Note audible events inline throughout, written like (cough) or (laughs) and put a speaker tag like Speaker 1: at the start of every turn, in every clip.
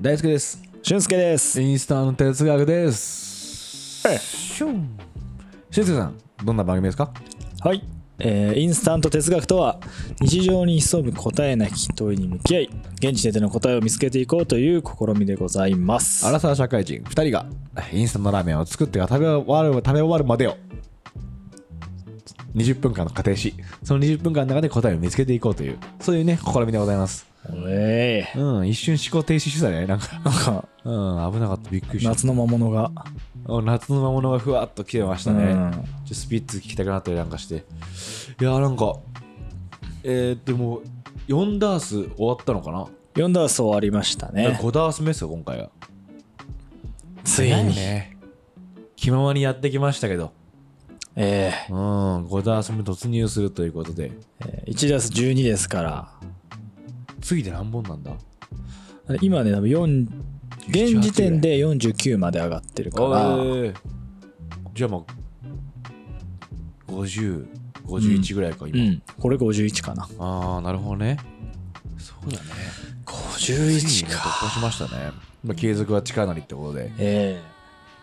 Speaker 1: 大輔です
Speaker 2: 俊介です
Speaker 1: インスタの哲学です
Speaker 2: ええ
Speaker 1: シュン俊介さんどんな番組ですか
Speaker 2: はい、えーインスタント哲学とは日常に潜む答えなき問いに向き合い現時点での答えを見つけていこうという試みでございます
Speaker 1: アラサー社会人2人がインスタントラーメンを作ってから食べ終わる食べ終わるまでを20分間の仮定しその20分間の中で答えを見つけていこうというそういうね試みでございます
Speaker 2: ええ
Speaker 1: うん一瞬思考停止してたねなんか
Speaker 2: なんか
Speaker 1: うん危なかったびっくりした
Speaker 2: 夏の魔物が
Speaker 1: お夏の魔物がふわっと来てましたね、
Speaker 2: うん
Speaker 1: ちょっとスピッツ聞きたくなったりなんかしていやーなんかえー、でも4ダース終わったのかな
Speaker 2: 4ダース終わりましたね
Speaker 1: 5ダース目ですよ今回は
Speaker 2: ついに
Speaker 1: ね気ままにやってきましたけど
Speaker 2: え
Speaker 1: うん5ダース目突入するということで
Speaker 2: え1ダース12ですから
Speaker 1: 次で何本なんだ
Speaker 2: 今ね多分4現時点で49まで上がってるから、
Speaker 1: えーじゃあまあ5051ぐらいか
Speaker 2: う
Speaker 1: 今、
Speaker 2: んこれ51かな
Speaker 1: ああなるほどねそうだね
Speaker 2: 51
Speaker 1: ついにね突破しましたね、まあ、継続は力なりってことで
Speaker 2: え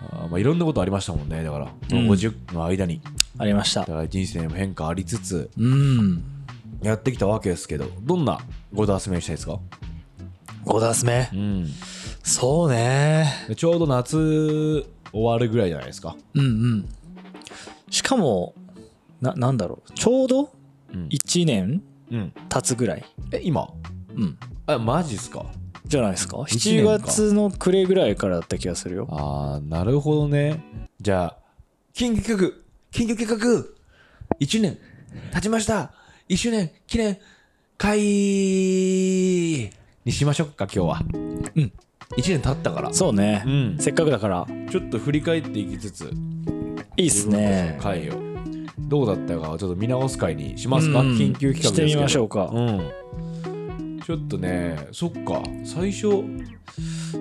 Speaker 1: あーまあ、いろんなことありましたもんねだから、
Speaker 2: うん
Speaker 1: 50の間に
Speaker 2: えありました
Speaker 1: だから人生にも変化ありつつ
Speaker 2: うん
Speaker 1: やってきたわけですけどどんな5ダース目にしたいですか、
Speaker 2: 5ダース目
Speaker 1: うん、
Speaker 2: そうね
Speaker 1: でちょうど夏終わるぐらいじゃないですか、
Speaker 2: うんうんしかもななんだろうちょうど
Speaker 1: うん
Speaker 2: 1年
Speaker 1: うん、
Speaker 2: 経つぐらい、
Speaker 1: え今
Speaker 2: うん、
Speaker 1: あマジっすか
Speaker 2: じゃないですか
Speaker 1: 一
Speaker 2: 7
Speaker 1: 年か
Speaker 2: 月の暮れぐらいからだった気がするよ
Speaker 1: あーなるほどねじゃあ緊急企画緊急企画1年経ちました1周年記念会にしましょうか今日はうん1年経ったから
Speaker 2: そうね、
Speaker 1: ん
Speaker 2: せっかくだから
Speaker 1: ちょっと振り返っていきつつ
Speaker 2: いいっすね
Speaker 1: 回をどうだったかをちょっと見直す回にしますか、
Speaker 2: うん
Speaker 1: 緊急企画ですけど
Speaker 2: してみましょうか
Speaker 1: うんちょっとねそっか最初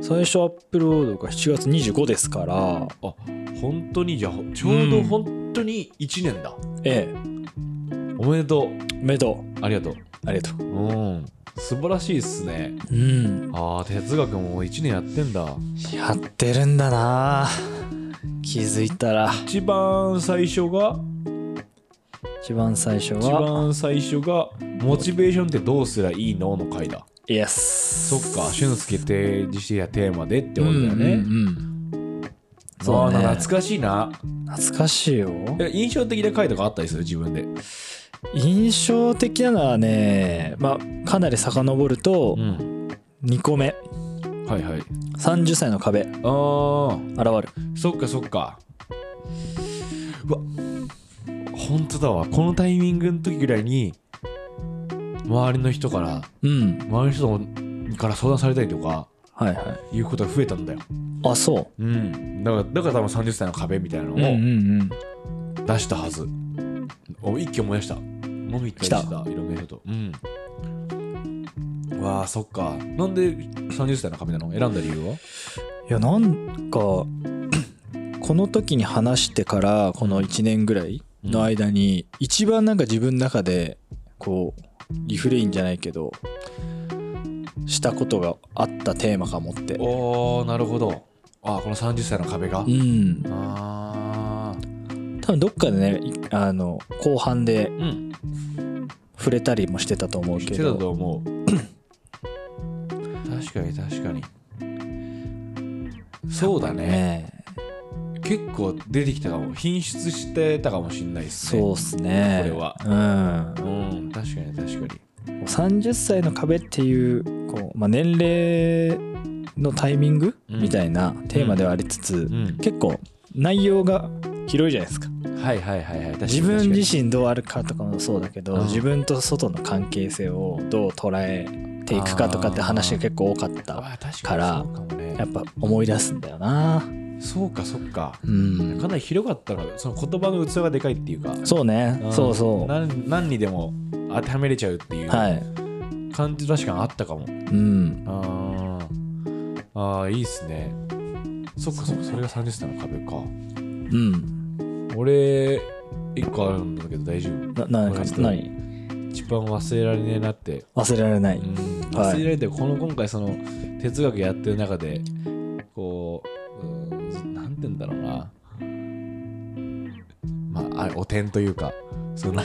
Speaker 2: 最初アップロードが7月25ですから
Speaker 1: あ本当にじゃあちょうど本当に1年だ、
Speaker 2: え
Speaker 1: おめでとう
Speaker 2: えめでと
Speaker 1: ありがと
Speaker 2: うありがと
Speaker 1: ううん素晴らしいっすね
Speaker 2: ううん
Speaker 1: あー哲学も1年やってんだ
Speaker 2: やってるんだな気づいたら
Speaker 1: 一番最初が
Speaker 2: 一番最初
Speaker 1: 一
Speaker 2: は
Speaker 1: 番最初がモチベーションってどうすりゃいいのの回だ
Speaker 2: イエス
Speaker 1: そっか俊介提示してやテーマでってことだよね、
Speaker 2: うんうんうん
Speaker 1: そ
Speaker 2: そううね
Speaker 1: 懐かしいな
Speaker 2: 懐かしいよ
Speaker 1: え印象的な回とかあったりする自分で
Speaker 2: 印象的なのはね、まあ、かなり遡ると
Speaker 1: ん
Speaker 2: 2個目
Speaker 1: はいはい
Speaker 2: 30歳の壁現
Speaker 1: あー
Speaker 2: る
Speaker 1: そっかそっかうわ本当だわこのタイミングの時ぐらいに周りの人から
Speaker 2: うん
Speaker 1: 周りの人から相談されたりとか
Speaker 2: はいはい
Speaker 1: いうことが増えたんだよ
Speaker 2: あそ
Speaker 1: うんだからだから多分30歳の壁みたいなの
Speaker 2: ううんうん
Speaker 1: を
Speaker 2: うん
Speaker 1: 出したはず、お一気思い出した飲み行ったりしてたいろんな人とうんうわあそっかなんで30歳の壁なの選んだ理由はい
Speaker 2: やなんか (clears throat) この時に話してからこの1年ぐらいの間に一番なんか自分の中でこうリフレインじゃないけどしたことがあったテーマかもって
Speaker 1: おーなるほどあーこの30歳の壁が、
Speaker 2: うん
Speaker 1: ああ
Speaker 2: 多分どっかでねいあの後半で
Speaker 1: うん
Speaker 2: 触れたりもしてたと思う
Speaker 1: 知っ
Speaker 2: け
Speaker 1: て
Speaker 2: ど
Speaker 1: たと思う確かに確かにそうだね
Speaker 2: ね
Speaker 1: 結構出てきたかも品質してたかもしんないですね
Speaker 2: そうっすね
Speaker 1: これは
Speaker 2: うん
Speaker 1: うん確かに確かに
Speaker 2: 30歳の壁っていうこう、まあ、年齢のタイミング、
Speaker 1: うん
Speaker 2: みたいなテーマではありつつ、
Speaker 1: う
Speaker 2: 結構内容が広いじゃないですか
Speaker 1: んはいはいはいはい確かに
Speaker 2: 自
Speaker 1: 確
Speaker 2: 分
Speaker 1: かに
Speaker 2: 自身どうあるかとかもそうだけど、
Speaker 1: うん
Speaker 2: 自分と外の関係性をどう捉えていくかとかって話が結構多かった
Speaker 1: あー確
Speaker 2: か
Speaker 1: からにそうかもね
Speaker 2: やっぱ思い出すんだよな
Speaker 1: そうかそうか
Speaker 2: うん
Speaker 1: かなり広かったからその言葉の器がでかいっていうか
Speaker 2: そうね
Speaker 1: ん
Speaker 2: そうそう
Speaker 1: 何何にでも当てはめれちゃうっていう
Speaker 2: はい
Speaker 1: 感じ確かにあったかも
Speaker 2: うん
Speaker 1: あーあーいいっすねそっかそっかそれが30歳の壁か
Speaker 2: うん
Speaker 1: 俺一個あるんだけど大丈夫
Speaker 2: なな
Speaker 1: これ
Speaker 2: 何
Speaker 1: 一番忘れられねえなって、
Speaker 2: 忘れられない、
Speaker 1: うん
Speaker 2: はい
Speaker 1: 忘れられてこの今回その哲学やってる中でこううんなんて言うんだろうなまああれ汚点というかその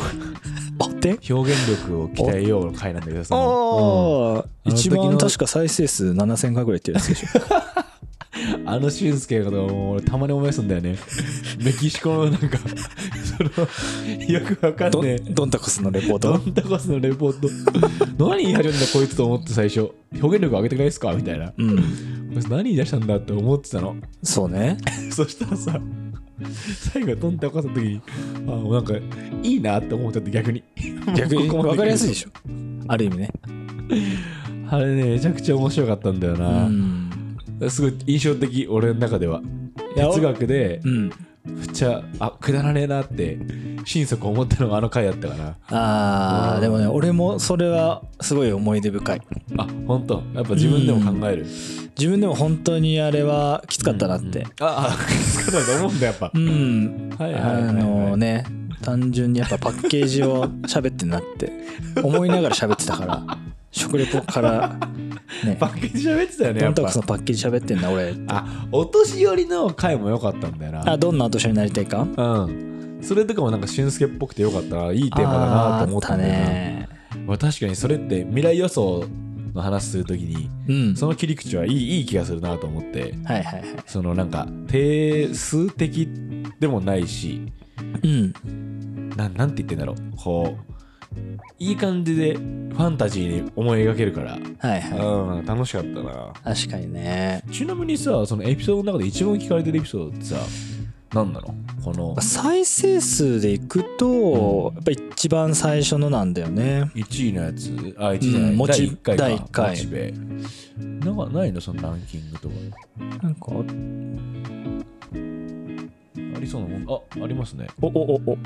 Speaker 2: おて
Speaker 1: 表現力を鍛えようの回なんだけどその、
Speaker 2: ああ、
Speaker 1: うん
Speaker 2: 一
Speaker 1: あの時
Speaker 2: 番
Speaker 1: の
Speaker 2: 確か再生数7000回ぐらいいってるやつでしょ
Speaker 1: (laughs) うんあの俊介がもう俺たまに思い出すんだよねメキシコのなんか (laughs) そのよくわかん
Speaker 2: ど
Speaker 1: ねえ
Speaker 2: ドンタコスのレポー
Speaker 1: ド
Speaker 2: ト
Speaker 1: ンタコスのレポート何言い始めたんだこいつと思って最初表現力上げてくないですかみたいなこ
Speaker 2: うん
Speaker 1: いつ何言い出したんだって思ってたの
Speaker 2: そうね
Speaker 1: そしたらさ最後ドンタコスの時にあもうなんかいいなって思っちゃって (laughs) 逆に
Speaker 2: (laughs) 逆に
Speaker 1: (laughs) ここまで
Speaker 2: 分かりやすいでしょある意味ね
Speaker 1: あれねめちゃくちゃ面白かったんだよ
Speaker 2: う
Speaker 1: な、
Speaker 2: ん、
Speaker 1: すごい印象的俺の中ではい
Speaker 2: や
Speaker 1: 哲学で
Speaker 2: うん、
Speaker 1: めっちゃあくだらねえなって心底思ったのがあの回だったから
Speaker 2: あ
Speaker 1: う
Speaker 2: ー
Speaker 1: ん
Speaker 2: でもね俺もそれはすごい思い出深い
Speaker 1: あ本当やっぱ自分でも考える
Speaker 2: 自分でも本当にあれはきつかったなって、
Speaker 1: うんああきつかったと思うんだやっぱ
Speaker 2: うん、
Speaker 1: はいはいはい、
Speaker 2: あ
Speaker 1: はい、
Speaker 2: のね単純にやっぱパッケージを喋ってんなって思いながら喋ってたから食レポから
Speaker 1: (laughs)
Speaker 2: ね
Speaker 1: パッケージ喋ってたよね
Speaker 2: ド
Speaker 1: や
Speaker 2: ン
Speaker 1: っ
Speaker 2: タク
Speaker 1: ぱ
Speaker 2: スのパッケージ喋ってんな俺
Speaker 1: あお年寄りの回も良かったんだよ
Speaker 2: あ
Speaker 1: な
Speaker 2: どんな年になりたいか
Speaker 1: うんそれとかもなんか俊介っぽくて良かったないいテーマだなと思ったんだよな、
Speaker 2: ね
Speaker 1: まあ、確かにそれって未来予想の話するときに
Speaker 2: うん
Speaker 1: その切り口はいいいい気がするなと思って
Speaker 2: はいはいはい
Speaker 1: そのなんか定数的でもないし
Speaker 2: うん
Speaker 1: なんなんて言ってんだろうこういい感じでファンタジーに思い描けるから、
Speaker 2: はいは
Speaker 1: うん、楽しかったない
Speaker 2: 確かにね
Speaker 1: ちなみにさそのエピソードの中で一番聞かれてるエピソードってさ何なのこの
Speaker 2: 再生数でいくとやっぱ一番最初のなんだよね
Speaker 1: 1位のやつあ1位じゃない、
Speaker 2: うんモチ
Speaker 1: 第1回か
Speaker 2: 第一回
Speaker 1: モチベなんかないのそのランキングとか
Speaker 2: なんか
Speaker 1: ありそうなもんあありますね
Speaker 2: おおおお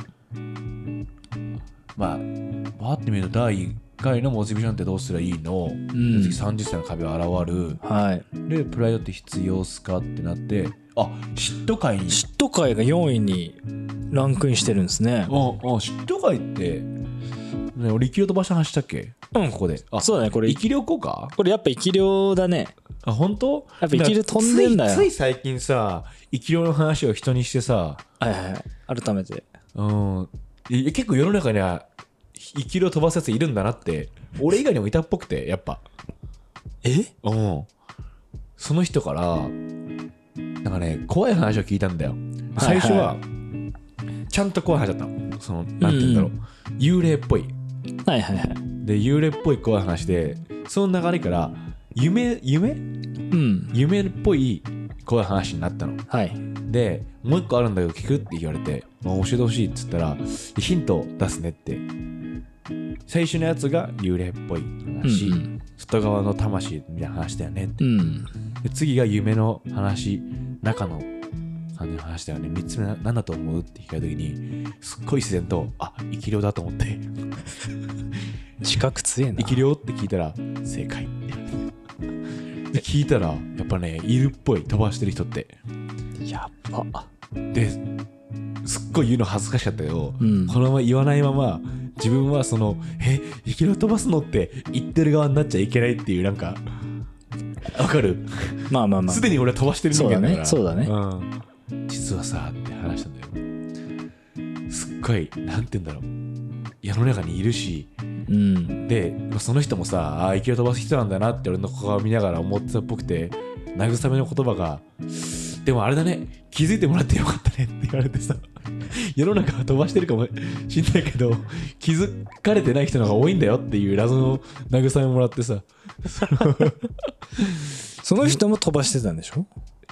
Speaker 1: まあバーって見ると第1回のモチベーションってどうすりゃいいの、
Speaker 2: ん
Speaker 1: 次30歳の壁は現る
Speaker 2: はい
Speaker 1: でプライドって必要っすかってなってあ嫉妬会に
Speaker 2: 嫉妬会が4位にランクインしてるんですね
Speaker 1: ああ嫉妬会って、ね、俺生き量飛ばした話したっけ
Speaker 2: うん
Speaker 1: ここであ
Speaker 2: そうだねこれ
Speaker 1: 生き量効果
Speaker 2: これやっぱ生き量だね
Speaker 1: あ本当
Speaker 2: やっぱ生きる飛んでんだよ
Speaker 1: ついつい最近さ生き量の話を人にしてさ、
Speaker 2: はいはいはい改めて
Speaker 1: うん、い結構世の中には生き量飛ばすやついるんだなって俺以外にもいたっぽくてやっぱ、
Speaker 2: え
Speaker 1: うん、その人からなんかね怖い話を聞いたんだよ
Speaker 2: はいはい
Speaker 1: 最初はちゃんと怖い話だったのそのなんて言うんだろう、幽霊っぽい
Speaker 2: はいはいはい
Speaker 1: で幽霊っぽい怖い話でその流れから夢夢
Speaker 2: うん
Speaker 1: 夢っぽい怖い話になったの
Speaker 2: はい
Speaker 1: でもう一個あるんだけど聞くって言われて、まあ教えてほしいっつったらヒント出すねって最初のやつが幽霊っぽい話、
Speaker 2: うんうん
Speaker 1: 外側の魂みたいな話だよねって
Speaker 2: うん
Speaker 1: で次が夢の話中の感じの話だよね3つ目な何だと思うって聞かれた時にすっごい自然とあ生き量だと
Speaker 2: (laughs)
Speaker 1: 思って
Speaker 2: 自覚強えな
Speaker 1: 生き量って聞いたら正解で聞いたらやっぱねいるっぽい飛ばしてる人って
Speaker 2: やっぱ
Speaker 1: ですっごい言うの恥ずかしかったけど、
Speaker 2: うん
Speaker 1: このまま言わないまま自分はその「え生きる飛ばすの?」って言ってる側になっちゃいけないっていうなんかわかる
Speaker 2: まあまあまあ
Speaker 1: すでに俺は飛ばしてる人間だから
Speaker 2: そうだねそう
Speaker 1: うん実はさって話したんだよすっごいなんて言うんだろう世の中にいるし
Speaker 2: うん
Speaker 1: でその人もさあー生きる飛ばす人なんだなって俺の顔を見ながら思ってたっぽくて慰めの言葉が「でもあれだね気づいてもらってよかったね」って (laughs) 言われてさ世の中は飛ばしてるかもしんないけど気づかれてない人の方が多いんだよっていう謎の慰めもらってさ
Speaker 2: その人も飛ばしてたんでしょ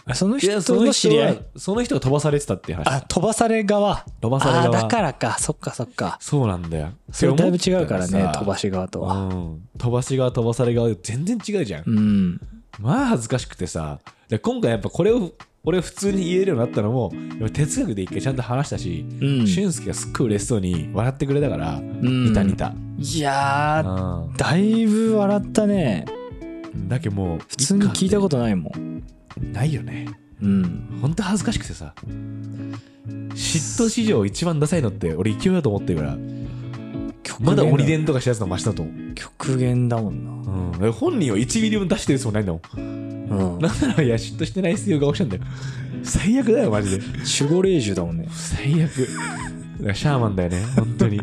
Speaker 2: あその
Speaker 1: い
Speaker 2: 人
Speaker 1: やその
Speaker 2: の知
Speaker 1: 人
Speaker 2: り合
Speaker 1: はいその人が飛ばされてたっていう話
Speaker 2: あ飛ばされ側
Speaker 1: 飛ばされ
Speaker 2: あー
Speaker 1: 側
Speaker 2: だからかそっかそっか
Speaker 1: そうなんだよ
Speaker 2: それだいぶ違うからね飛ば
Speaker 1: し
Speaker 2: し側とは
Speaker 1: うん、飛ばし側飛ばされ側で全然違うじゃん
Speaker 2: うん
Speaker 1: まあ恥ずかしくてさで今回やっぱこれを俺普通に言えるようになったのもやっぱ哲学で一回ちゃんと話したし、
Speaker 2: うん
Speaker 1: 俊介がすっごい嬉しそうに笑ってくれたから、
Speaker 2: うん
Speaker 1: 似た似た、
Speaker 2: いやー
Speaker 1: う
Speaker 2: だいぶ笑ったね
Speaker 1: ん、だけどもう
Speaker 2: 普通に聞いたことないもん
Speaker 1: とないよね
Speaker 2: うん
Speaker 1: ほんと恥ずかしくてさ嫉妬史上一番ダサいのって俺勢いだと思ってるから
Speaker 2: 今
Speaker 1: まだ鬼伝とかしたやつのマシだと思
Speaker 2: 極限だもんな
Speaker 1: う、うん、本人は1ミリも出してるつもりないんだもん
Speaker 2: うん
Speaker 1: なんならいや嫉妬してないっすよ顔してんだよ最悪だよマジで
Speaker 2: 守護霊獣だもんね
Speaker 1: 最悪だからシャーマンだよね本当に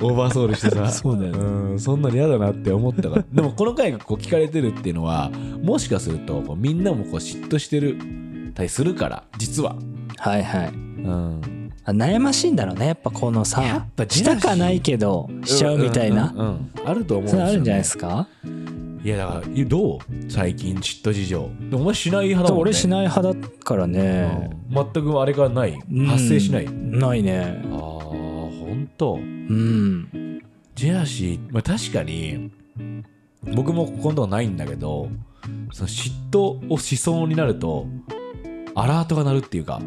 Speaker 1: オーバーソウルしてさ
Speaker 2: そうだよね
Speaker 1: んそんなに嫌だなって思ったからでもこの回がこう聞かれてるっていうのはもしかするとこうみんなもこう嫉妬してるたりするから実は、
Speaker 2: はいはい
Speaker 1: うん、
Speaker 2: あ悩ましいんだろうねやっぱこのさ
Speaker 1: やっぱジェ
Speaker 2: し
Speaker 1: ラシー
Speaker 2: たかないけどしちゃうみたいな、
Speaker 1: うんうんうんうんあると思うん
Speaker 2: それあるんじゃない
Speaker 1: で
Speaker 2: ですすか、
Speaker 1: よねいやだからいどう最近嫉妬事情でもお前しない派だ
Speaker 2: そう
Speaker 1: もんね
Speaker 2: 俺しない派だからね、
Speaker 1: うん全くあれがない
Speaker 2: うん
Speaker 1: 発生しない、
Speaker 2: ないね
Speaker 1: ああ本当
Speaker 2: うん
Speaker 1: ジェラシー、まあ、確かに僕も今度はないんだけどその嫉妬をしそうになるとアラートが鳴るっていうか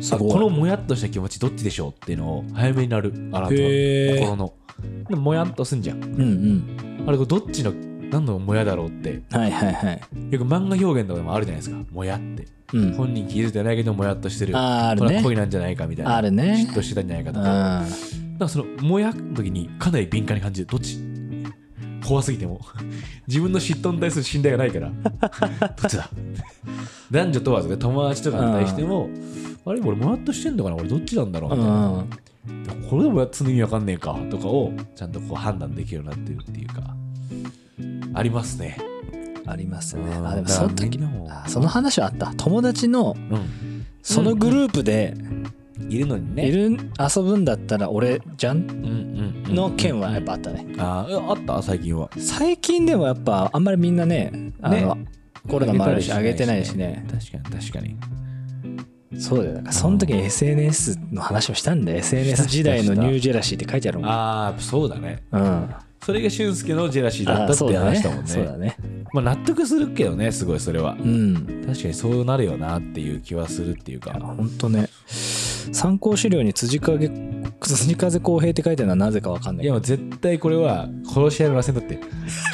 Speaker 2: す
Speaker 1: あ
Speaker 2: ごい
Speaker 1: このもやっとした気持ちどっちでしょうっていうのを早めになるアラート
Speaker 2: へ
Speaker 1: が
Speaker 2: え
Speaker 1: 心のでもやっとすんじゃん
Speaker 2: うんうん
Speaker 1: あれこれどっちの何のもやだろうって
Speaker 2: はいはいはい
Speaker 1: よく漫画表現とかでもあるじゃないですかもやって
Speaker 2: うん
Speaker 1: 本人気づいてないけどもやっとしてる
Speaker 2: あーある
Speaker 1: これは
Speaker 2: ね
Speaker 1: 恋なんじゃないかみたいな
Speaker 2: あるね
Speaker 1: 嫉妬してたんじゃないか
Speaker 2: う
Speaker 1: と
Speaker 2: ん
Speaker 1: かだからそのもやの時にかなり敏感に感じるどっち怖すぎても (laughs) 自分の嫉妬に対する信頼がないから (laughs) どっちだ男女問わずで友達とかに対してもあれ俺もやっとしてんのかな俺どっちなんだろうみたいな、
Speaker 2: うん
Speaker 1: これでもやっつの意味わかんねえかとかをちゃんとこう判断できるようになってるっていうかありますね
Speaker 2: ありますね
Speaker 1: うん
Speaker 2: あでもその時
Speaker 1: だからみんなも
Speaker 2: あその話はあった友達の
Speaker 1: うん
Speaker 2: そのグループで
Speaker 1: いるのにね
Speaker 2: いる遊ぶんだったら俺じゃん
Speaker 1: うんうん
Speaker 2: の件はやっぱあったね
Speaker 1: あーあった最近は
Speaker 2: 最近でもやっぱあんまりみんなねあのコロナもあるし上げてないしね
Speaker 1: 確かに確かに
Speaker 2: そうだよだからその時に SNS の話をしたんだよ SNS 時代のニュージェラシーって書いてあるもん
Speaker 1: ああやっぱそうだね
Speaker 2: うん
Speaker 1: それが俊介のジェラシーだ
Speaker 2: あ
Speaker 1: っ
Speaker 2: ー
Speaker 1: たっ
Speaker 2: そう
Speaker 1: て
Speaker 2: だね
Speaker 1: 話だもんね
Speaker 2: そうだね
Speaker 1: まあ納得するけどねすごいそれは
Speaker 2: うん
Speaker 1: 確かにそうなるよなっていう気はするっていうか
Speaker 2: 本当ね参考資料に辻風辻風公平って書いてるのはなぜかわかんないけ
Speaker 1: い
Speaker 2: ど (laughs)
Speaker 1: やもう絶対これは殺し合いの螺旋だって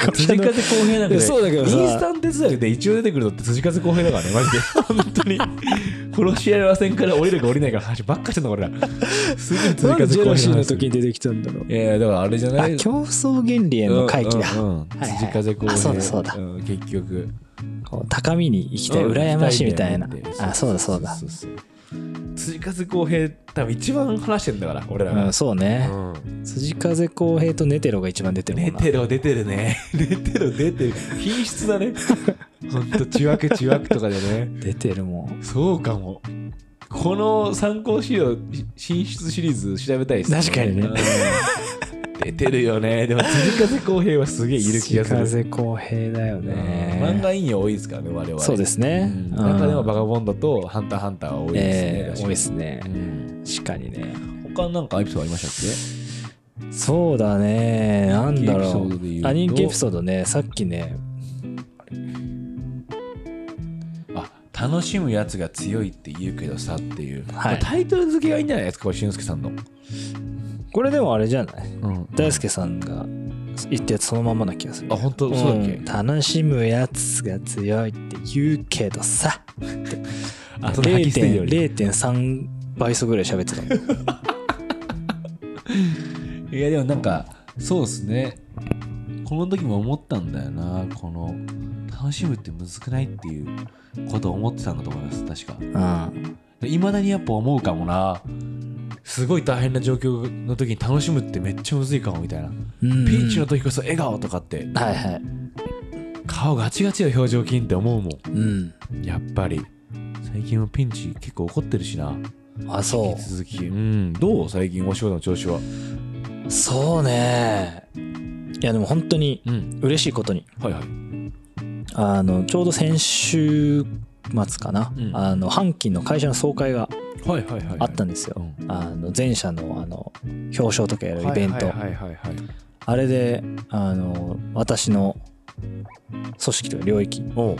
Speaker 2: 殺し合
Speaker 1: 辻
Speaker 2: いの
Speaker 1: 風公平なんか
Speaker 2: い
Speaker 1: ね
Speaker 2: やそうだけどさ
Speaker 1: インスタント哲学で一応出てくるのって辻風公平だからねマジで本当に殺し合いの螺旋から降りるか降りないかの話ばっかしてんのこれらすぐに辻
Speaker 2: なんで
Speaker 1: 風
Speaker 2: ジ
Speaker 1: 公
Speaker 2: ェ
Speaker 1: 平
Speaker 2: ラシーの
Speaker 1: 話
Speaker 2: 時に出てきたんだろう
Speaker 1: いやいやだからあれじゃな
Speaker 2: あ
Speaker 1: い
Speaker 2: 競争原理への回帰だ、
Speaker 1: うんうんうん
Speaker 2: はいはい
Speaker 1: 辻風公平
Speaker 2: あそうだそうだ
Speaker 1: ん結局
Speaker 2: こう高みに行きたい、
Speaker 1: うん
Speaker 2: 羨ましいみたいな、
Speaker 1: 行きたいんだよね
Speaker 2: あそうだそうだ
Speaker 1: そうそうそう辻風公平多分一番話してんだから俺ら
Speaker 2: う
Speaker 1: が
Speaker 2: ん、そうね、
Speaker 1: うん
Speaker 2: 辻風公平とネテロが一番出てるも
Speaker 1: 出
Speaker 2: んな
Speaker 1: てる出てるね出てる出てる品質だねほんとちわくちわくとかでね
Speaker 2: 出てるもん
Speaker 1: そうかもこの参考資料進出シリーズ調べたいです
Speaker 2: 確かにね
Speaker 1: うん出てるよねでも辻風公平はすげえいる気がする
Speaker 2: 辻風公平だよね、
Speaker 1: 漫画引用多いですからね我々
Speaker 2: そうです
Speaker 1: う
Speaker 2: ね、
Speaker 1: ん
Speaker 2: うん
Speaker 1: 中でもバガボンドとハンターハンターは多いで
Speaker 2: えー
Speaker 1: すね確かに
Speaker 2: 多いですね
Speaker 1: うん
Speaker 2: 確かにね
Speaker 1: 他なんかエピソードありましたっ
Speaker 2: そうだねなんだろ
Speaker 1: 人気エピソードで言う
Speaker 2: う
Speaker 1: と
Speaker 2: あ人気エピソードねさっきね
Speaker 1: けあ楽しむやつが強いって言うけどさっていう、
Speaker 2: はい
Speaker 1: まあタイトル付けがいいんじゃないですかこれ俊介さんの、
Speaker 2: これでもあれじゃない
Speaker 1: うん、
Speaker 2: 大輔さんが言ったやつそのまんまな気がする
Speaker 1: あ本当そうだっけ、
Speaker 2: ん楽しむやつが強いって言うけどさ
Speaker 1: あその吐き捨てるより
Speaker 2: 0.3倍速ぐらい喋ってたもん
Speaker 1: いやでもなんかそうですねこの時も思ったんだよなこの楽しむってむずくないっていうことを思ってたんだと思います確か (laughs)
Speaker 2: うん
Speaker 1: いまだにやっぱ思うかもなすごい大変な状況の時に楽しむってめっちゃむずいかもみたいな、
Speaker 2: うん
Speaker 1: ピンチの時こそ笑顔とかって
Speaker 2: はいはい
Speaker 1: 顔ガチガチの表情筋って思うも
Speaker 2: うん
Speaker 1: んやっぱり最近はピンチ結構怒ってるしな
Speaker 2: あ
Speaker 1: 引
Speaker 2: そ
Speaker 1: き続きうんどう最近お仕事の調子は
Speaker 2: うそうねいやでも本当に
Speaker 1: うん
Speaker 2: 嬉しいことに
Speaker 1: はいはい
Speaker 2: あのちょうど先週末かな、
Speaker 1: うん
Speaker 2: あの阪急の会社の総会が
Speaker 1: はいはいはい
Speaker 2: あったんですよ、
Speaker 1: うん
Speaker 2: あの前者のあの表彰とかやるイベント、
Speaker 1: はいはいはいはいはい
Speaker 2: あれであの私の組織というか領域
Speaker 1: おう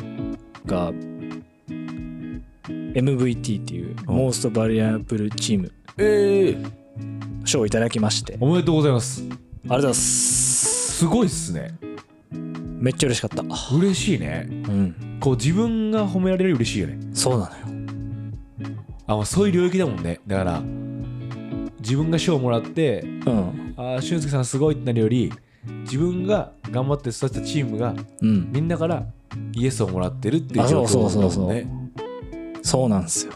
Speaker 2: が MVT っていう
Speaker 1: うん
Speaker 2: モーストバリアブルチーム
Speaker 1: ええ
Speaker 2: 賞をいただきましてありがと
Speaker 1: おめでとうございます
Speaker 2: うございます
Speaker 1: すごいっすね
Speaker 2: めっちゃ嬉しかった
Speaker 1: 嬉しいね
Speaker 2: うん
Speaker 1: こう自分が褒められるより嬉しいよね
Speaker 2: そうなのよ
Speaker 1: あまあそういう領域だもんねだから自分が賞をもらって
Speaker 2: うん
Speaker 1: ああ俊介さんすごいってなるより自分が頑張って育てたチームが
Speaker 2: うん
Speaker 1: みんなからイエスをもらってるっていう状
Speaker 2: あそうそうそうそう
Speaker 1: 況だもんね
Speaker 2: そうなんですよ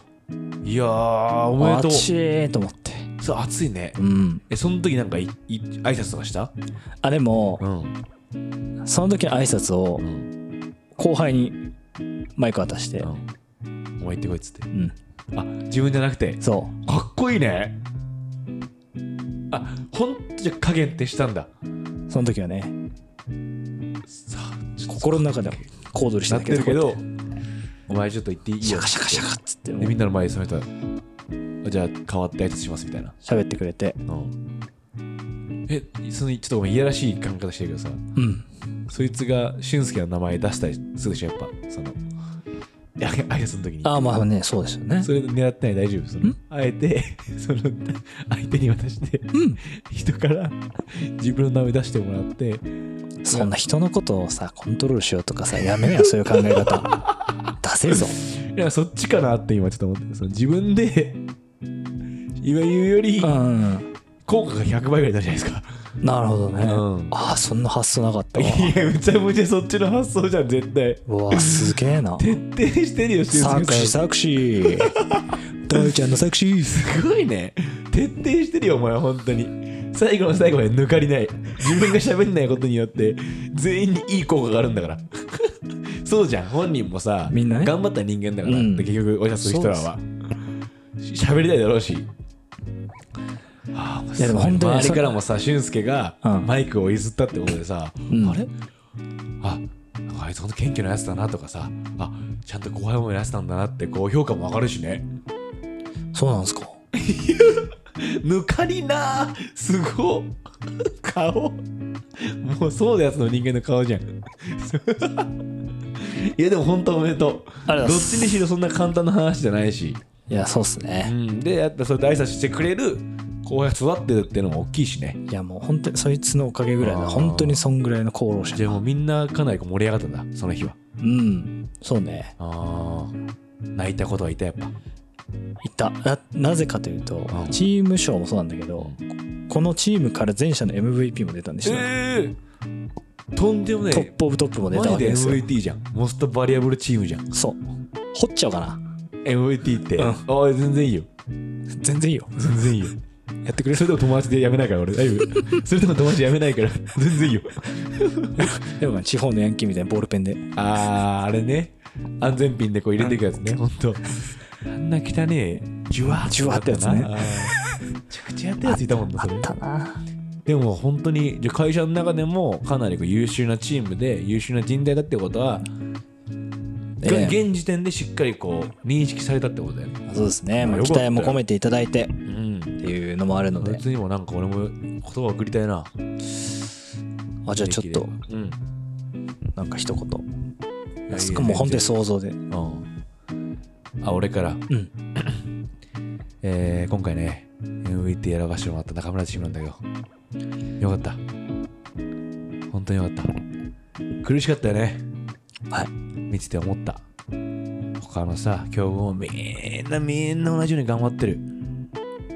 Speaker 1: いやーおめでと
Speaker 2: あち
Speaker 1: う
Speaker 2: ーと思って
Speaker 1: そう熱いね
Speaker 2: うん
Speaker 1: えその時なんかいい挨拶とかした
Speaker 2: あでも
Speaker 1: うん
Speaker 2: その時の挨拶を
Speaker 1: うん
Speaker 2: 後輩にマイク渡して
Speaker 1: うんお前行ってこいっつって
Speaker 2: うん
Speaker 1: あ自分じゃなくて
Speaker 2: そ
Speaker 1: かっこいいねあほんとじゃ加減ってしたんだ
Speaker 2: うその時はね
Speaker 1: さあちょっと
Speaker 2: 心の中で小躍りして
Speaker 1: な
Speaker 2: た
Speaker 1: っ
Speaker 2: け
Speaker 1: て
Speaker 2: ど
Speaker 1: るけどお前ちょっと行っていい
Speaker 2: シャ
Speaker 1: よ
Speaker 2: カシャカシャカっつって
Speaker 1: でみんなの前で冷めたらあじゃあ変わって挨拶しますみたいな
Speaker 2: 喋ってくれて
Speaker 1: うんえそのちょっとごめんいやらしい考え方してるけどさ
Speaker 2: うん
Speaker 1: そいつが俊介の名前出したりするでしょやっぱそのいや挨拶の時に
Speaker 2: ああまあねそうですよね
Speaker 1: それ狙ってない大丈夫その
Speaker 2: ん
Speaker 1: あえて (laughs) その相手に渡して、
Speaker 2: うん
Speaker 1: 人から自分の名前出してもらって
Speaker 2: そんな人のことをさコントロールしようとかさやめな (laughs) よそういう考え方出せるぞ
Speaker 1: いやそっちかなって今ちょっと思ってその自分で今言うより
Speaker 2: うん
Speaker 1: 効果が100倍ぐらいになるじゃないですか
Speaker 2: なるほどね、
Speaker 1: うん
Speaker 2: ああそんな発想なかったわ
Speaker 1: いやむちゃむちゃそっちの発想じゃん絶対
Speaker 2: う (laughs) わすげえな
Speaker 1: 徹底してるよ俊
Speaker 2: 作
Speaker 1: 介
Speaker 2: 詞
Speaker 1: さん
Speaker 2: 作詞 (laughs) 大ちゃんの作詞
Speaker 1: すごいね徹底してるよお前本当に最後の最後まで抜かりない自分が喋んないことによって全員にいい効果があるんだから (laughs) そうじゃん本人もさ
Speaker 2: みんなね
Speaker 1: 頑張った人間だから、
Speaker 2: うん
Speaker 1: で結局お茶する人らはし喋りたいだろうしああ
Speaker 2: いやでも本当に
Speaker 1: 周りからもさ俊介が
Speaker 2: うん
Speaker 1: マイクを譲ったってことでさ、
Speaker 2: ん
Speaker 1: あれあなんかあいつほんと謙虚なやつだなとかさあちゃんと後輩もやつなんだなってこう評価も上がるしね
Speaker 2: そうなんですか
Speaker 1: 抜かりなあすごっ顔もうそうなやつの人間の顔じゃんいやでも本当おめでとう
Speaker 2: ありがとうござ
Speaker 1: どっち
Speaker 2: います
Speaker 1: にしろそんな簡単な話じゃないし、
Speaker 2: いやそうっす
Speaker 1: う
Speaker 2: ね
Speaker 1: ん、でやっぱそうやって挨拶してくれる後輩が育ってるっていうのも大きいしね
Speaker 2: いやもう本当にそいつのおかげぐらい
Speaker 1: あー
Speaker 2: だ本当にそんぐらいの功労者
Speaker 1: じゃあもうみんなかなりこう盛り上がったんだその日は
Speaker 2: うんそうね
Speaker 1: ああ泣いたことはいたやっぱ
Speaker 2: いたななぜかというと
Speaker 1: うん
Speaker 2: チーム賞もそうなんだけどこのチームから全社の MVP も出たんでした、
Speaker 1: ええとんでもね
Speaker 2: トップオブトップも出
Speaker 1: マ
Speaker 2: た
Speaker 1: ジ
Speaker 2: わけ
Speaker 1: で
Speaker 2: ですよ
Speaker 1: MVT じゃん。モストバリアブルチームじゃん。
Speaker 2: そう掘っちゃおうかな
Speaker 1: MVT って。
Speaker 2: うん
Speaker 1: ああ、全然いいよ。
Speaker 2: 全然いいよ
Speaker 1: 全然いいよ。やってくれそれでも友達でやめないから
Speaker 2: (laughs)
Speaker 1: 俺。大丈夫。それでも友達やめないから。全然いいよ。
Speaker 2: でも地方のヤンキーみたいなボールペンで
Speaker 1: あー、あれね。安全ピンでこう入れていくやつね。ほんと。あんな汚ねえ。ジュワー
Speaker 2: ジュワーってやつね
Speaker 1: あーめちゃくちゃやったやついたもんな、
Speaker 2: あ
Speaker 1: そ
Speaker 2: っ
Speaker 1: れ。
Speaker 2: たな
Speaker 1: でも本当にじゃあ会社の中でもかなりこう優秀なチームで優秀な人材だってことは、が
Speaker 2: ええ
Speaker 1: 現時点でしっかりこう認識されたってことだよね。
Speaker 2: そうですね、まあ
Speaker 1: よかっ
Speaker 2: 期
Speaker 1: たよ
Speaker 2: 待も込めていただいてっ
Speaker 1: うん。
Speaker 2: ていうのもあるの
Speaker 1: あ
Speaker 2: で
Speaker 1: いつにもなんか俺も言葉を送りたいな。
Speaker 2: あじゃあちょっと
Speaker 1: うん。
Speaker 2: なんか一言
Speaker 1: いや
Speaker 2: そこもう本当に想
Speaker 1: (laughs)
Speaker 2: 像で
Speaker 1: いいようん。あ、俺から。
Speaker 2: うん
Speaker 1: (coughs) えー、今回ね、MVP 選ばせてもらった中村チームなんだけど、よかった。本当によかった。苦しかったよね。
Speaker 2: はい
Speaker 1: 見てて思った他のさ競合もみんなみんな同じように頑張ってる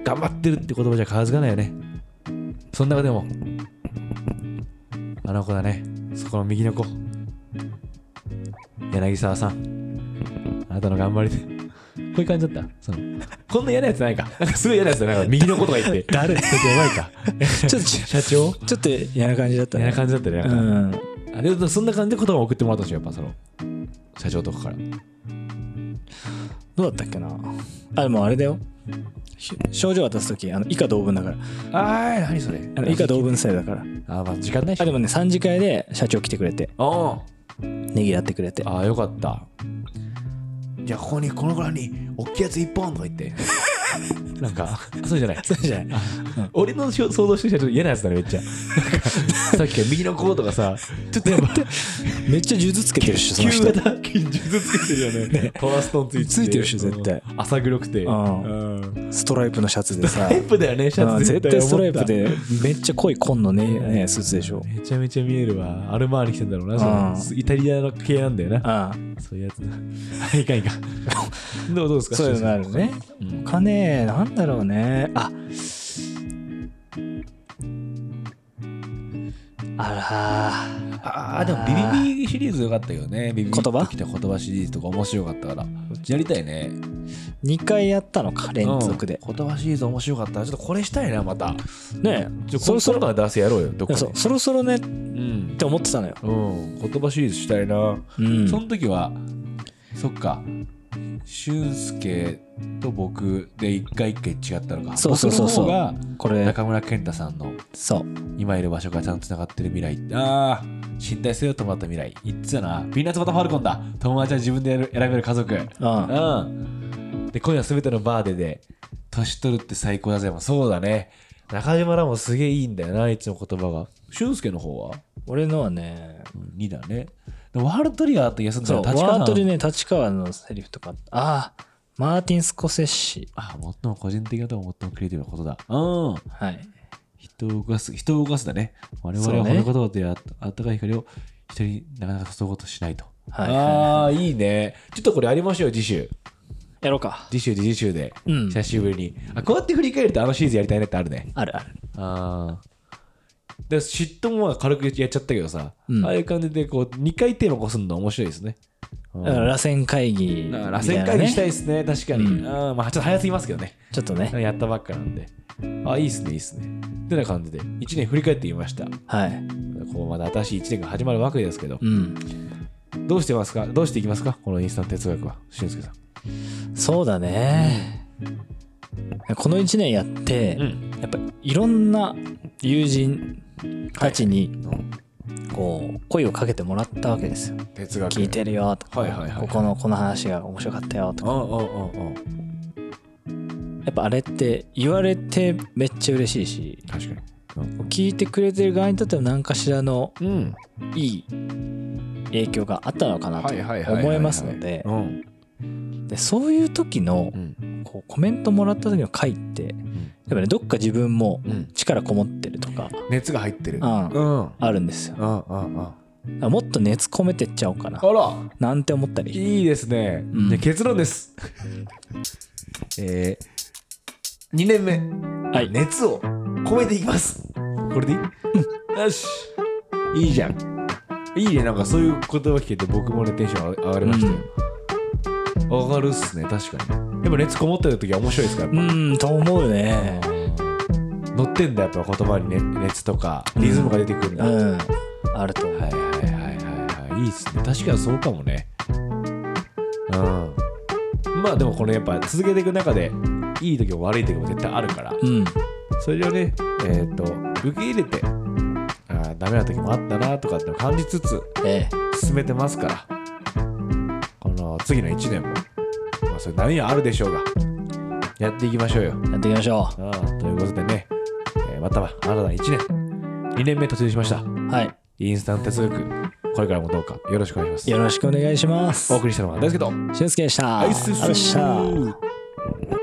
Speaker 1: 頑張ってるって言葉じゃ数がないよねその中でもあの子だねそこの右の子柳沢さんあなたの頑張りでこういう感じだったその (laughs) こんな嫌なやつないかなんかすごい嫌なやつだななんか右の子とか (laughs) 言って
Speaker 2: 誰
Speaker 1: ちょっとやばいか
Speaker 2: ちょっとち
Speaker 1: 社長
Speaker 2: ょちょっと嫌な感じだった
Speaker 1: (laughs) 嫌な
Speaker 2: ね
Speaker 1: 感じだったねなん
Speaker 2: う
Speaker 1: か、
Speaker 2: ん
Speaker 1: あれそんな感じで言葉を送ってもらったんですよやっぱその社長とかから
Speaker 2: どうだったっけなあでもあれだよひ症状渡す時あの以下同文だから
Speaker 1: あー、何それ
Speaker 2: あの以下同文祭だから
Speaker 1: あー、まあ時間ないし。
Speaker 2: あでもね3次会で社長来てくれて
Speaker 1: あ
Speaker 2: ねぎらってくれて
Speaker 1: あー、よかった。じゃあ、ここに、このぐらいに、大きいやつ一本とか言って。なんか、そうじゃない。
Speaker 2: そうじゃない
Speaker 1: 俺のしょ想像してる人はちょっと (laughs) 嫌なやつだね、めっちゃ。なんか、さっきから右の子とかさ、ちょっとやっぱ、
Speaker 2: (laughs) めっちゃ数珠つけてるっしょそ
Speaker 1: 旧
Speaker 2: の人
Speaker 1: 型筋術つけてるよね。パワーストーンついて
Speaker 2: ついてるし絶対
Speaker 1: うん浅黒くて。
Speaker 2: うん
Speaker 1: うん
Speaker 2: ストライプのシャツでさ
Speaker 1: (laughs) タイプだよね、シャ
Speaker 2: うん
Speaker 1: ツ
Speaker 2: 絶対ストライ
Speaker 1: 思
Speaker 2: プ
Speaker 1: った。
Speaker 2: でめっちゃ濃い紺のねねスーツでしょ
Speaker 1: めちゃめちゃ見えるわ。アルマーニ来てんだろうな、そのイタリアの系なんだよな。
Speaker 2: あ
Speaker 1: そういうやつ (laughs) な。はい、いかんいか
Speaker 2: (laughs)
Speaker 1: ん。どうどうです
Speaker 2: あ
Speaker 1: か
Speaker 2: そういうのあるね
Speaker 1: うん
Speaker 2: 他ねなんだろうねああ
Speaker 1: ああでもビビビシリーズよかったよねビビビッときた言葉シリーズとか面白かったからやりたいね
Speaker 2: ら2回やったのか連続で、
Speaker 1: うん言葉シリーズ面白かったちょっとこれしたいなまた
Speaker 2: ね
Speaker 1: ちょ
Speaker 2: そろそろ
Speaker 1: 今度から出せやろうよどっかで
Speaker 2: そうそろそろねっ
Speaker 1: うん
Speaker 2: て思ってたのよ、
Speaker 1: うん言葉シリーズしたいな
Speaker 2: うん
Speaker 1: その時は、そっか、俊介と僕で一回一回違ったのか。
Speaker 2: そうそうそうそう
Speaker 1: 僕の方
Speaker 2: こ
Speaker 1: が
Speaker 2: れ
Speaker 1: 中村健太さんの
Speaker 2: そう
Speaker 1: 今いる場所がちゃんと繋がってる未来。ああ、身体性を伴った未来。いっつやな。ピーナッツバターファルコンだ。友達は自分でやる選べる家族。
Speaker 2: うん
Speaker 1: うん。で、今夜すべてのバーでで、年取るって最高だぜ。もうそうだね。中島らもすげえいいんだよな、いつも言葉が。俊介の方は
Speaker 2: 俺のはね
Speaker 1: ?2 だね。でワールドトリガーって休んだ
Speaker 2: そう
Speaker 1: ら
Speaker 2: ワ
Speaker 1: 立川さん
Speaker 2: ートでね立川のセリフとかああマーティン・スコセッシ
Speaker 1: あ、最も個人的なとこ最もクリエイティブなことだ。うん。
Speaker 2: はい
Speaker 1: 人を動かす、人を動かすだね。我々
Speaker 2: そう
Speaker 1: はこ
Speaker 2: ね
Speaker 1: の言葉でああったかい光を人になかなか注ごうとしないと。
Speaker 2: はい
Speaker 1: ああ、いいね。ちょっとこれありましょう、次週。
Speaker 2: やろうか
Speaker 1: 次週、次週で。
Speaker 2: うん
Speaker 1: 久しぶりに。あ、こうやって振り返るとあのシリーズやりたいねってあるね。
Speaker 2: あるある
Speaker 1: ああ。で嫉妬も軽くやっちゃったけどさ、
Speaker 2: うん
Speaker 1: ああいう感じでこう2回テーマこすんの面白いですね。うん
Speaker 2: だから螺旋会議みたいな、ね、
Speaker 1: 螺旋回避したいですね、確かに。
Speaker 2: うん
Speaker 1: あーまあちょっと早すぎますけどね。
Speaker 2: ちょっとね
Speaker 1: やったばっかなんで。あ、いいっすね、いいっすね。ってな感じで、1年振り返ってみました。
Speaker 2: はい
Speaker 1: こうまだ新しい1年が始まるわけですけど
Speaker 2: う、ん
Speaker 1: どうしてますかどうしていきますかこのインスタント哲学は、俊介さん。
Speaker 2: そうだね、この1年やって、
Speaker 1: ん。
Speaker 2: やっぱいろんな友人たちにこう声をかけてもらったわけですよ。
Speaker 1: 哲学。
Speaker 2: 聞いてるよとか、
Speaker 1: はいはいはいはい
Speaker 2: ここのこの話が面白かったよと
Speaker 1: うん
Speaker 2: か
Speaker 1: うんうんうん。
Speaker 2: やっぱあれって言われてめっちゃ嬉しいし
Speaker 1: 確かに。うん。
Speaker 2: 聞いてくれてる側にとっても何かしらの
Speaker 1: うん、
Speaker 2: いい影響があったのかなと
Speaker 1: はいはいはいはいはい
Speaker 2: 思えますので
Speaker 1: うん。
Speaker 2: でそういう時の
Speaker 1: うん。
Speaker 2: こうコメントもらった時の回ってやっぱねどっか自分も
Speaker 1: うん。
Speaker 2: 力こもってるとか
Speaker 1: 熱が入ってる。
Speaker 2: うん
Speaker 1: うん。うん
Speaker 2: あるんですよ。
Speaker 1: うんうん。
Speaker 2: あもっと熱込めてっちゃおうかな
Speaker 1: あら
Speaker 2: なんて思ったり
Speaker 1: いいですね。
Speaker 2: うん
Speaker 1: じゃあ結論です。えー、2年目、
Speaker 2: はい
Speaker 1: 熱を込めていきます。これでいいよし。いいじゃん。いいね、なんかそういう言葉聞けて僕もね、テンション上がりましたよ。上がるっすね、確かに。やっぱ熱こもってる時は面白いですから、
Speaker 2: う
Speaker 1: やっ
Speaker 2: んと思う
Speaker 1: ぱ
Speaker 2: ね
Speaker 1: 乗ってんだ、やっぱ言葉に、ね、熱とか、リズムが出てくるんだ。
Speaker 2: うんあると思う
Speaker 1: はいはいはいはいはいいいっすね確かにそうかもねうんまあでもこのやっぱ続けていく中でいい時も悪い時も絶対あるから
Speaker 2: うん
Speaker 1: それをねえっ、と受け入れてあーダメな時もあったなとかって感じつつ
Speaker 2: ええ
Speaker 1: 進めてますからこの次の1年も、まあ、それ波はあるでしょうがやっていきましょうよ
Speaker 2: やっていきましょ
Speaker 1: あーということでね、えーまたは新たな1年2年目突入しました
Speaker 2: うは
Speaker 1: インスタント哲学これからもどうかよろしくお願
Speaker 2: い
Speaker 1: いします
Speaker 2: よろしくお願いします
Speaker 1: お送りしたのは大輔と
Speaker 2: 俊介でした
Speaker 1: アイス
Speaker 2: あ
Speaker 1: ス
Speaker 2: りがとうございました